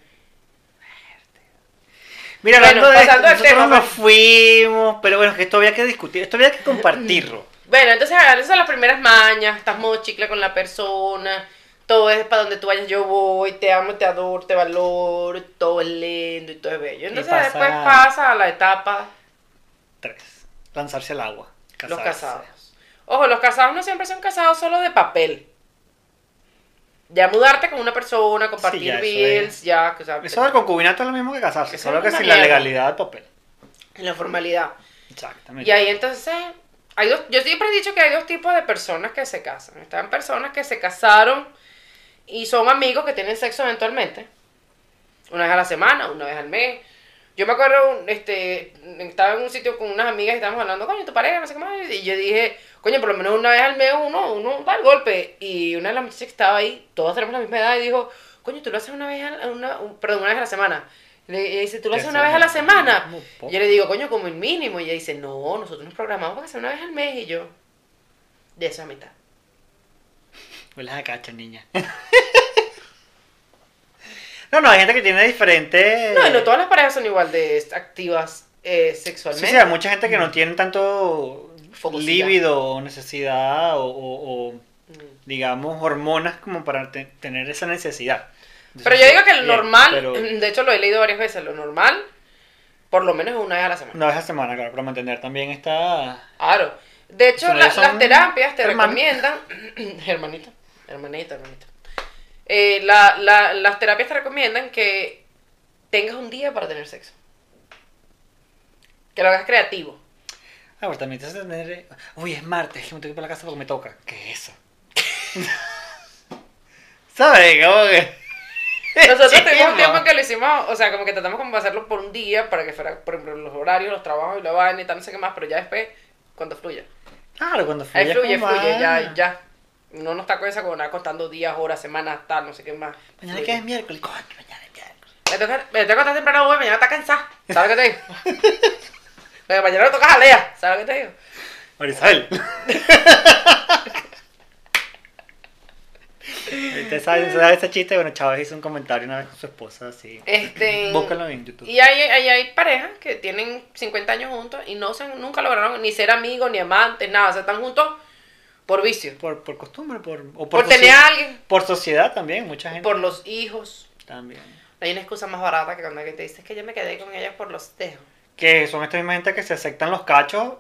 B: Mira,
A: Bueno,
B: hablando de esto,
A: pasando al
B: nosotros
A: tema,
B: nos
A: pues.
B: fuimos, pero bueno, es que esto había que discutir, esto había que compartirlo.
A: Bueno, entonces a ver, esas son las primeras mañas, estás modo chicle con la persona, todo es para donde tú vayas, yo voy, te amo, te adoro, te valoro, todo es lindo y todo es bello. Entonces
B: pasa-
A: después pasa a la etapa
B: Tres, lanzarse al agua.
A: Los
B: casarse.
A: casados. Ojo, los casados no siempre son casados solo de papel. Ya mudarte con una persona, compartir
B: ya, eso
A: bills,
B: es.
A: ya, que, o sea,
B: Eso del concubinato es lo mismo que casarse,
A: Eso
B: solo
A: es
B: que
A: una
B: sin la
A: mierda.
B: legalidad del papel.
A: en la formalidad.
B: Exactamente.
A: Y ahí entonces, hay dos, yo siempre he dicho que hay dos tipos de personas que se casan. Están personas que se casaron y son amigos que tienen sexo eventualmente. Una vez a la semana, una vez al mes. Yo me acuerdo, este, estaba en un sitio con unas amigas y estábamos hablando, coño, tu pareja, no sé qué más. Y yo dije, coño, por lo menos una vez al mes uno, uno da el golpe. Y una de las muchachas que estaba ahí, todas tenemos la misma edad, y dijo, coño, tú lo haces una vez a la, una, un- perdón, una vez a la semana. Le, ella dice, tú lo
B: Que
A: haces
B: eso
A: una vez
B: es
A: a la
B: muy
A: semana.
B: poco.
A: Y yo le digo, coño, como el mínimo. Y ella dice, no, nosotros nos programamos para que sea una vez al mes. Y yo, de eso a mitad.
B: Hueles a cacho, niña. no, no, hay gente que tiene diferentes...
A: No, y no todas las parejas son igual de activas eh,
B: Sí,
A: sexualmente.
B: sí, hay mucha gente que no tiene tanto
A: Fogosidad.
B: líbido o necesidad o, o- o,
A: Mm.
B: digamos, hormonas como para te- tener esa necesidad.
A: Pero yo digo que el
B: Bien,
A: normal,
B: pero
A: de hecho lo he leído varias veces, lo normal, por lo menos es una vez a la semana.
B: Una vez a la semana, claro, para mantener también esta...
A: Claro. De hecho,
B: Pero
A: la-
B: ellos
A: las
B: son
A: terapias te
B: hermanos.
A: recomiendan. hermanita, hermanita, hermanita. Eh, la- la- las terapias te recomiendan que tengas un día para tener sexo. Que lo hagas creativo.
B: Ah, pero también te hace tener... Uy, es martes, que me tengo que ir para la casa porque me toca. ¿Qué es eso? ¿Sabes? Como que...
A: Nosotros
B: Chimba.
A: tuvimos un tiempo en que lo hicimos, o sea, como que tratamos como hacerlo por un día para que fuera, por ejemplo, los horarios, los trabajos y la vaina y tal, no sé qué más, pero ya después, cuando fluya.
B: Claro, cuando fluye.
A: Ahí fluye,
B: como,
A: fluye, ya,
B: ah,
A: ya. No nos está con esa con nada contando días, horas, semanas, tal, no sé qué más.
B: Mañana
A: Fluye.
B: que es miércoles, coño, mañana es miércoles.
A: Me tengo, que- me tengo que acostar temprano hoy, mañana está cansada. ¿Sabes qué te digo? Porque mañana le tocas a Lea, ¿sabes qué te digo?
B: Marisabel. Ustedes saben, se sabe ese chiste. Bueno, Chávez hizo un comentario una vez con su esposa, así.
A: Este,
B: Búscalo en YouTube.
A: Y hay, hay, hay parejas que tienen 50 años juntos y no se, han- nunca lograron ni ser amigos, ni amantes, nada. O sea, están juntos por vicio.
B: Por, por costumbre, por, o
A: Por, tener
B: socie-
A: a alguien.
B: Por sociedad también, mucha gente.
A: Por los hijos.
B: También.
A: Hay una excusa más barata que cuando alguien te dice "Es que yo me quedé con ellas por los tejos.
B: Que son estas mismas gente que se aceptan los cachos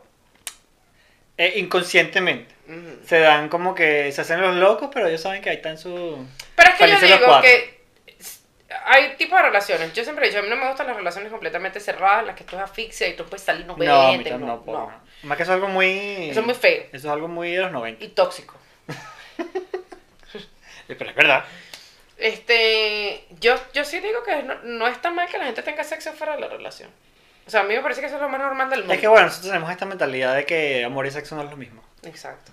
B: eh, inconscientemente.
A: Ujú.
B: Se dan como que se hacen los locos, pero ellos saben que ahí están su.
A: Pero es que yo
B: Felices los
A: digo
B: cuatro.
A: que s- hay tipos de relaciones. Yo siempre he dicho, a mí no me gustan las relaciones completamente cerradas, las que tú es asfixia y tú puedes salir, no ves
B: No, a mí
A: gente,
B: tam-
A: no,
B: no, puedo,
A: no.
B: no. Más que eso es algo muy.
A: Eso es muy feo
B: Eso es algo muy de los 90.
A: y tóxico.
B: Pero es verdad.
A: Este, yo, yo sí digo que no, no es tan mal que la gente tenga sexo fuera de la relación. O sea, a mí me parece que eso es lo más normal del mundo.
B: Es que bueno, nosotros tenemos esta mentalidad de que amor y sexo no es lo mismo.
A: Exacto.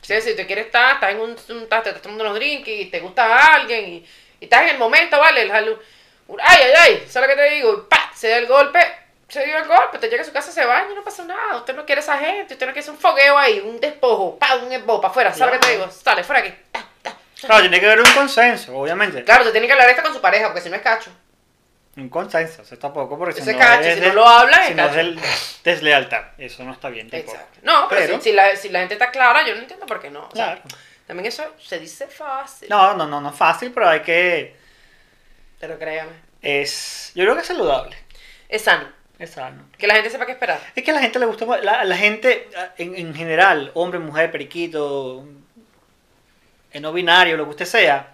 A: O sea, si tú quieres estar, estás en un, un estás, te estás tomando unos drinks y te gusta a alguien y, y estás en el momento, ¿vale? El jalo- un- ay, ay, ay, ¿sabes lo que te digo? Y ¡pa! Se da el golpe, se dio el golpe, te llega a su casa, se baña y no pasa nada. Usted no quiere esa gente, usted no quiere un fogueo ahí, un despojo, pa, un esbo, para afuera, ¿sabes lo que te digo? Sale, fuera aquí. Ta, ta.
B: Claro, tiene que haber un consenso, obviamente.
A: Claro, te tiene que hablar esto con su pareja, porque si no es cacho.
B: Un consenso, eso tampoco, porque si
A: Eso es
B: no,
A: cacho, si no
B: de-
A: lo hablan, es
B: si no es
A: cacho.
B: del- deslealtad. Eso no está bien tampoco.
A: Exacto. No, pero,
B: Pero-
A: si, si la, si la gente está clara, yo no entiendo por qué no. O sea,
B: Claro.
A: También eso se dice fácil.
B: No, no, no, no es fácil, pero hay que...
A: Pero créame.
B: Es... Yo creo que es saludable.
A: Es sano.
B: Es sano.
A: Que la gente sepa qué esperar.
B: Es que a la gente le gusta... mu- La, la gente, a- en, en general, hombre, mujer, periquito, eh, no binario, lo que usted sea,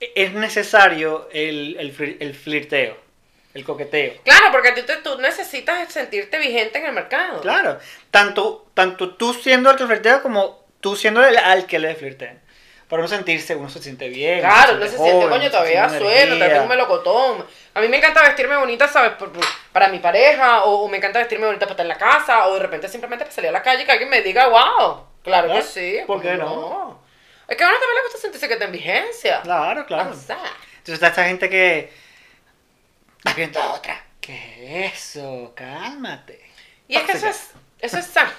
B: e- es necesario el, el, flir- el flirteo, el coqueteo.
A: Claro, porque tú, te- tú necesitas sentirte vigente en el mercado.
B: Claro, tanto, tanto tú siendo el que flirtea como tú siendo el al que le flirtean. Para uno sentirse, uno se siente bien.
A: Claro, no se siente,
B: joven,
A: coño,
B: uno
A: todavía
B: siente
A: suelo, todavía
B: energía.
A: un melocotón. A mí me encanta vestirme bonita, ¿sabes? Por- por- para mi pareja, o, o me encanta vestirme bonita para estar en la casa, o de repente simplemente para salir a la calle y que alguien me diga, wow. Claro que
B: ¿Verdad?
A: sí.
B: ¿Por qué
A: pues
B: no?
A: Es que a uno también le gusta sentirse que está en vigencia.
B: Claro, claro.
A: O sea,
B: Entonces está esta gente que. Estás viendo a otra. ¿Qué es eso? Cálmate.
A: y es que eso
B: Tóxica.
A: es, eso es sano.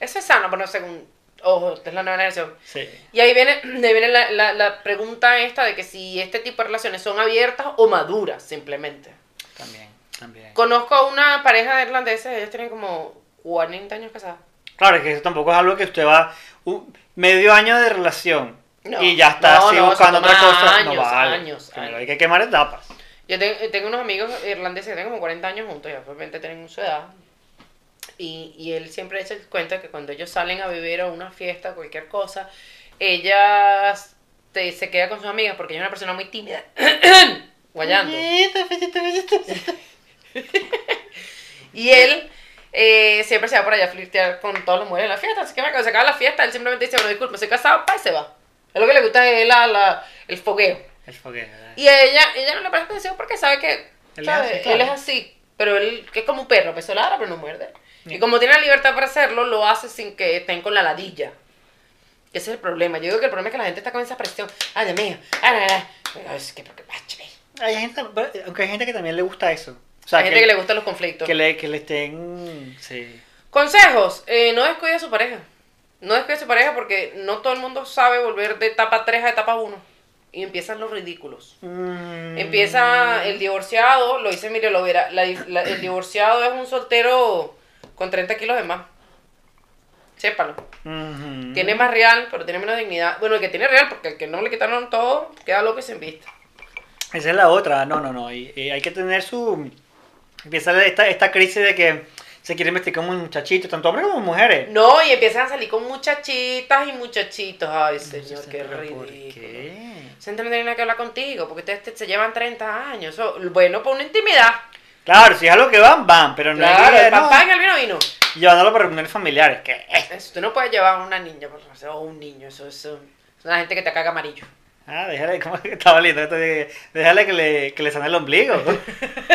A: Eso es sano, bueno, según, ojo, esta es la nueva generación.
B: Sí.
A: Y ahí viene, ahí viene la, la- la pregunta esta de que si este tipo de relaciones son abiertas o maduras, simplemente.
B: También, también.
A: Conozco a una pareja de irlandeses, ellos tienen como 40 años casados.
B: Claro, es que eso tampoco es algo que usted va. un- medio año de relación.
A: No.
B: Y ya está
A: No,
B: así
A: no,
B: buscando
A: eso toma
B: otra cosa. no
A: años,
B: vale.
A: años,
B: Primero
A: años.
B: hay que quemar etapas.
A: Yo te- eh, tengo unos amigos irlandeses que tienen como 40 años juntos, ya obviamente tienen su edad. Y, y él siempre se cuenta que cuando ellos salen a beber a una fiesta, cualquier cosa, ella te- se queda con sus amigas porque ella es una persona muy tímida. Guayando. Y él eh, siempre se va por allá a flirtear con todas las mujeres en la fiesta. Así que cuando se acaba la fiesta, él simplemente dice, bueno, disculpe, soy casado, pa, y se va. Es lo que le gusta es la, la- el fogueo.
B: El fogueo. ¿verdad?
A: Y a ella, ella no le presta atención porque sabe que
B: Él es
A: ¿sabe?
B: así, claro.
A: él es así. Pero él que es como un perro, peso ladra, pero no muerde.
B: Bien.
A: Y como tiene la libertad para hacerlo, lo hace sin que estén con la ladilla. Ese es el problema. Yo digo que el problema es que la gente está con esa presión. Ay, Dios mío. Ay, ay, ay. Ay, Es que, porque, ay, chale.
B: Hay gente, pero- aunque hay gente que también le gusta eso. O sea,
A: Hay gente
B: que,
A: que le gustan los conflictos.
B: que le, que le estén. Sí.
A: Consejos, eh, no descuide a su pareja. No descuide a su pareja porque no todo el mundo sabe volver de etapa 3 a etapa 1. Y empiezan los ridículos.
B: Mm,
A: Eh, Empieza el divorciado, lo dice Emilio Lovera, la- la- el divorciado es un soltero con 30 kilos de más. Sépalo.
B: ujú.
A: Tiene más real, pero tiene menos dignidad. Bueno, el que tiene real, porque el que no le quitaron todo, queda loco y sin vista.
B: Esa es la otra. No, no, no. Y, y hay que tener su. Empieza esta, esta crisis de que se quieren vestir como un muchachito, tanto hombres como mujeres.
A: No, y empiezan a salir con muchachitas y muchachitos. Ay, señor,
B: Entonces,
A: qué
B: pero ¿por
A: ridículo.
B: qué?
A: Siempre no tiene nada que hablar contigo, porque ustedes te- se llevan 30 años. So, bueno, por una intimidad.
B: Claro, si es a lo que van, van, pero no es
A: Claro,
B: que,
A: el
B: no,
A: papá en el vino vino.
B: llevándolo para reuniones familiares. eh, ¿Qué es?
A: Eso, tú no puedes llevar a una niña por favor, o un niño, eso es, um, es una gente que te caga amarillo.
B: Ah, déjale, ¿cómo que estaba lindo? Esto de- Déjale que le, que le sane el ombligo.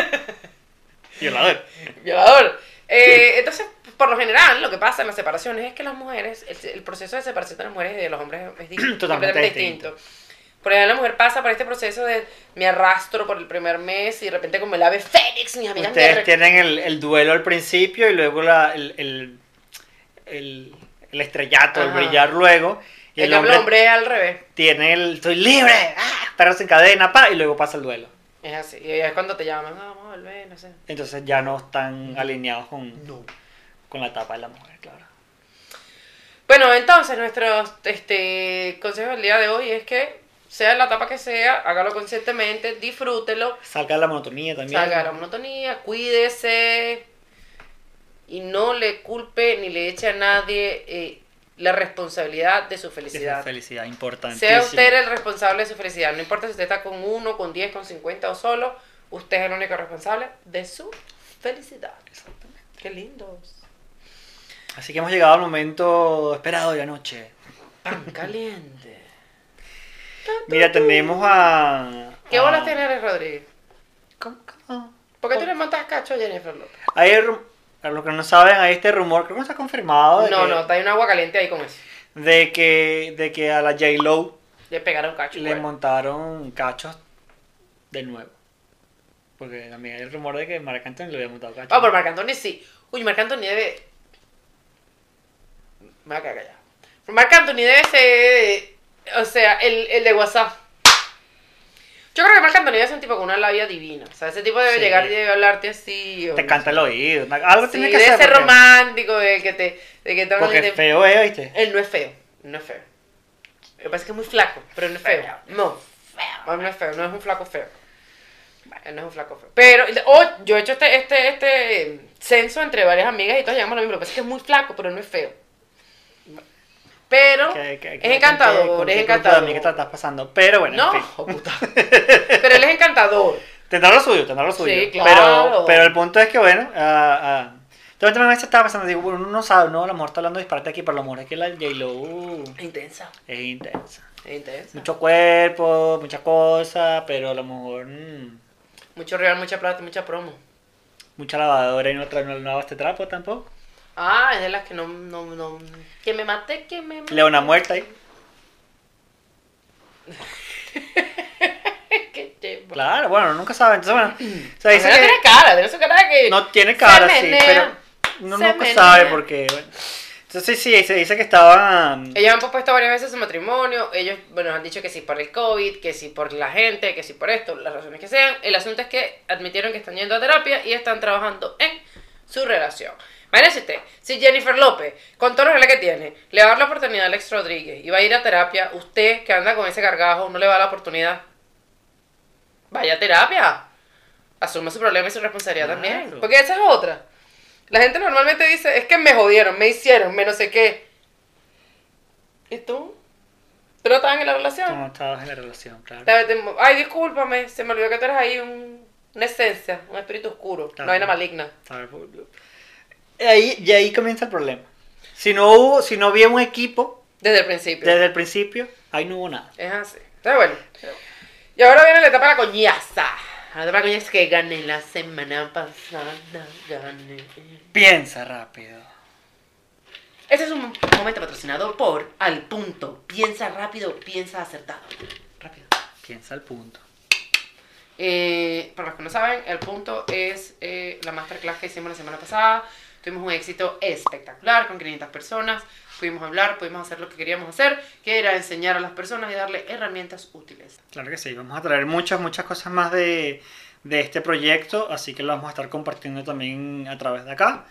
B: Violador.
A: Violador. Eh, entonces, por lo general, lo que pasa en las separaciones es que las mujeres, el, el proceso de separación de las mujeres y de los hombres es di-
B: Totalmente
A: completamente
B: distinto.
A: distinto. Por ejemplo, la mujer pasa por este proceso de me arrastro por el primer mes y de repente como el ave Fénix, mis amigas me
B: Ustedes
A: re-
B: tienen el, el duelo al principio y luego la, el, el, el- el estrellato, el
A: Ajá.
B: brillar luego. Y el,
A: En cambio,
B: hombre,
A: el hombre es al revés.
B: tiene el estoy libre, ¡ah! perros en cadena, pa, y luego pasa el duelo.
A: Es así. Y es cuando te llaman, "Ah, vamos a volver, no sé.
B: Entonces ya no están alineados con, con la etapa de la mujer, claro.
A: Bueno, entonces nuestro este, consejo del día de hoy es que sea la etapa que sea, hágalo conscientemente, disfrútelo,
B: Salga de la monotonía también.
A: salga de la monotonía, cuídese y no le culpe ni le eche a nadie eh, la responsabilidad de su
B: Esa
A: felicidad.
B: felicidad importante.
A: Sea usted el responsable de su felicidad, no importa si usted está con uno, con diez, con cincuenta o solo, usted es el único responsable de su felicidad. Qué lindos.
B: Así que hemos llegado al momento esperado de la noche.
A: Pan caliente.
B: Mira, tenemos a.
A: ¿Qué
B: a-
A: bolas tiene Alex Rodríguez?
B: ¿Cómo, cómo?
A: ¿Por qué tú le montas cacho a Jennifer López?
B: Hay rum- a los que no saben, hay este rumor, creo que no está confirmado. De
A: No,
B: que,
A: no, está hay un agua caliente ahí con eso.
B: De que, de que a la J-Lo
A: Le pegaron cacho. pues.
B: le
A: bueno.
B: montaron cachos de nuevo. Porque también hay el rumor de que Marc Anthony le había montado cachos.
A: Ah, por Marc Anthony sí. Uy, Marc Anthony debe. Me voy a quedar callado. Marc Anthony debe ser. O sea, el, el de WhatsApp. Yo creo que Marc Anthony debe ser un tipo con una labia divina. O sea, ese tipo debe
B: Sí.
A: llegar y debe hablarte así. o
B: Te
A: no
B: canta
A: sé.
B: el oído. una- Algo
A: Sí,
B: tiene que
A: debe
B: ser.
A: ser
B: porque-
A: romántico, ¿Eh? de que te. De que te hablan
B: Porque
A: de-
B: feo es, ¿viste?
A: Él no es feo. No es feo. Lo que pasa es que es muy flaco, pero no es feo. No. Feo. No es feo, no es un flaco feo. Él no es un flaco feo. Pero, o yo he hecho este, este, este censo entre varias amigas y todas llegamos a lo mismo. Lo que pasa es que es muy flaco, pero no es feo. Pero
B: Que-
A: es
B: que- que- con qué-
A: encantador,
B: con
A: es
B: qué
A: encantador.
B: grupo de amigas te estás pasando. Pero bueno,
A: no,
B: en fin.
A: oh, puta. pero él es encantador.
B: Tendrá lo suyo, tendrá lo suyo.
A: Sí, claro.
B: Pero, pero el punto es que, bueno, ah, ah, yo también a veces estaba pensando, digo, bueno, uno no sabe, no, a lo mejor está hablando disparate aquí, pero a lo mejor es que la J-Lo uh,
A: Intensa.
B: es intensa.
A: Intensa. Mucho,
B: Mucho cuerpo, muchas cosas, pero a lo mejor mm,
A: real, mucha plata, mucha promo.
B: mucha lavadora y no trae no lava este trapo tampoco.
A: Ah, es de las que no, no, no. Que me maté, que me maté.
B: Leona muerta ahí.
A: Qué chimbo.
B: Claro, bueno, nunca sabe. Entonces, bueno, o sea, dice
A: Pero no
B: que
A: tiene cara, tiene su cara que.
B: no tiene cara,
A: se
B: sí,
A: menea.
B: pero uno
A: se
B: nunca
A: menea.
B: sabe porque, bueno. Entonces, sí, sí, se dice que estaba. mm,
A: Ellos han propuesto varias veces su matrimonio. Ellos, bueno, han dicho que sí por el COVID, que sí por la gente, que sí por esto, las razones que sean. El asunto es que admitieron que están yendo a terapia y están trabajando en su relación. Imagínese usted, si Jennifer López, con todos los regalos que tiene, le va a dar la oportunidad a Alex Rodríguez y va a ir a terapia, usted que anda con ese gargajo no le va a dar la oportunidad. Vaya a terapia. Asuma su problema y su responsabilidad
B: Claro.
A: también. Porque esa es otra. La gente normalmente dice, es que me jodieron, me hicieron, me no sé qué. ¿Y tú? ¿Tú no estabas en la
B: Tú
A: relación?
B: no estabas en la relación, claro.
A: Te- te- Ay, discúlpame, se me olvidó que tú eres ahí un- una esencia, un espíritu oscuro,
B: Claro.
A: una vaina maligna.
B: A ver, Ahí, y ahí comienza el problema. Si no hubo, si no había un equipo
A: Desde el principio.
B: desde el principio, ahí no hubo nada.
A: Es así. Está bueno. Y ahora viene la etapa de la coñaza. La etapa de la coñaza es que gané la semana pasada. Gané.
B: Piensa rápido.
A: Este es un momento patrocinado por Al Punto. Piensa rápido, piensa acertado. Rápido.
B: Piensa al punto.
A: Eh, para los que no saben, el punto es eh, la masterclass que hicimos la semana pasada. Tuvimos un éxito espectacular con 500 personas. Pudimos hablar, pudimos hacer lo que queríamos hacer, que era enseñar a las personas y darle herramientas útiles.
B: Claro que sí, vamos a traer muchas, muchas cosas más de, de este proyecto, así que lo vamos a estar compartiendo también a través de acá.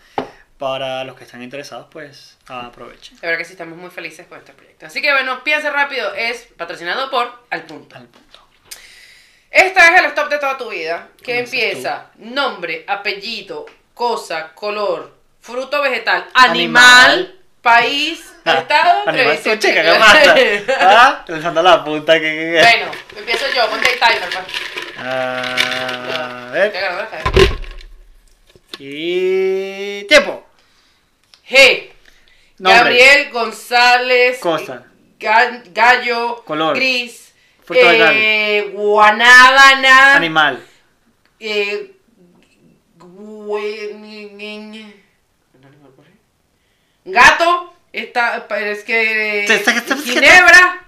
B: Para los que están interesados, pues aprovechen.
A: La verdad que sí, estamos muy felices con este proyecto. Así que bueno, piensa rápido, es patrocinado por Al Punto.
B: Al punto.
A: Esta es el stop de toda tu vida, que
B: Comienzas
A: empieza nombre, apellido, cosa, color, fruto vegetal, animal,
B: Animal. Ah,
A: país, estado,
B: Animal,
A: previsión.
B: chica, ¿qué pasa? Ah, lanzando la punta que- que. que-
A: Bueno, empiezo yo, ponte el timer, pa.
B: Ah, a
A: Estoy
B: ver.
A: agarrando la cabeza.
B: Y. ¡Tiempo!
A: G.
B: Nombre.
A: Gabriel González.
B: Cosa.
A: Ga- gallo.
B: Color.
A: Gris.
B: Fruto
A: eh, guanábana.
B: Animal.
A: Eh, güe- ñe- ñe- ñe. No, no me ocurre. Gato, esta, es que
B: Te- te- te-
A: Ginebra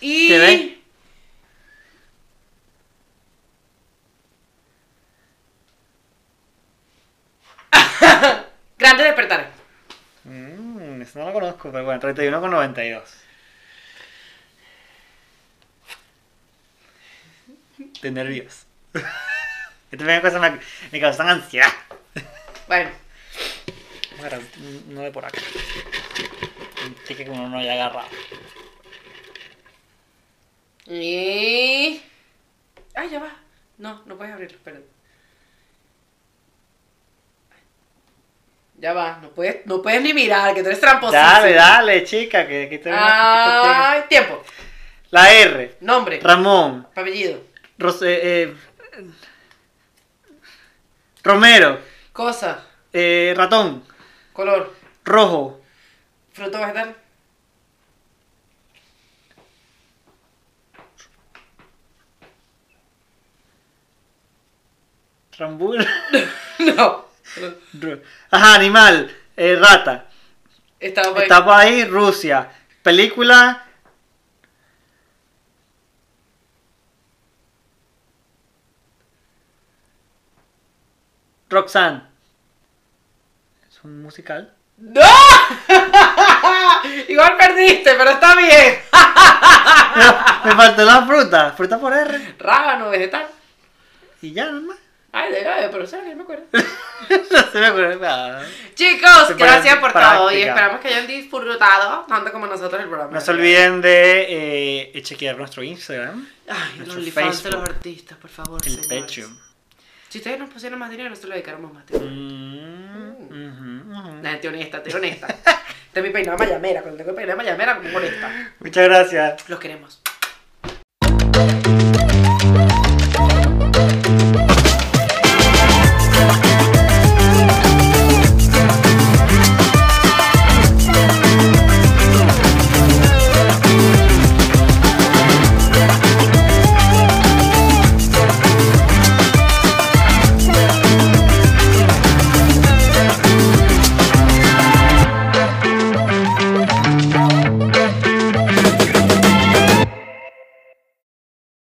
A: y
B: ¿Te ve?
A: Grandes despertares.
B: Mm, eso no lo conozco, pero bueno, 31 con 92. Estoy nervioso. Estas pequeñas cosas me, me causan ansiedad.
A: Bueno,
B: Vamos a agarrar un- uno de por acá. Un ticket que uno no haya agarrado.
A: y ay Ah, ya va. No, no puedes abrirlo, espérate. Ya va, no puedes, no puedes ni mirar, que tú eres tramposísimo.
B: Dale, dale, chica, que aquí tenemos.
A: Ay, tiempo.
B: La R.
A: Nombre.
B: Ramón.
A: Apellido.
B: Ros- eh, eh, Romero.
A: Cosa.
B: eh, ratón.
A: Color.
B: Rojo.
A: Fruto vegetal.
B: Rambul.
A: No.
B: Ru- Ajá, animal. eh, rata.
A: Estaba pues. ahí.
B: Etapa ahí, Rusia. Película. Roxanne. Es un musical.
A: ¡No! Igual perdiste, pero está bien.
B: Me faltó la fruta. Fruta por R.
A: Rábano, vegetal.
B: Y ya, nomás.
A: Ay, de ay, pero ¿sabes? no me acuerdo.
B: no se me ocurre nada.
A: Chicos,
B: Sí, para-
A: gracias por todo y
B: práctica.
A: esperamos que hayan disfrutado tanto como nosotros el programa.
B: No se olviden de eh, chequear nuestro Instagram.
A: Ay, los
B: Nuestro
A: OnlyFans de los
B: Facebook.
A: artistas, por favor.
B: El
A: señores.
B: Patreon.
A: Si ustedes nos pusieran más dinero, nosotros le dedicáramos más tiempo.
B: Mm, ujú, ujú.
A: La gente honesta, estoy honesta. Este es mi peinado de mayamera. Cuando tengo el peinado de mayamera, como honesta.
B: Muchas gracias.
A: Los queremos.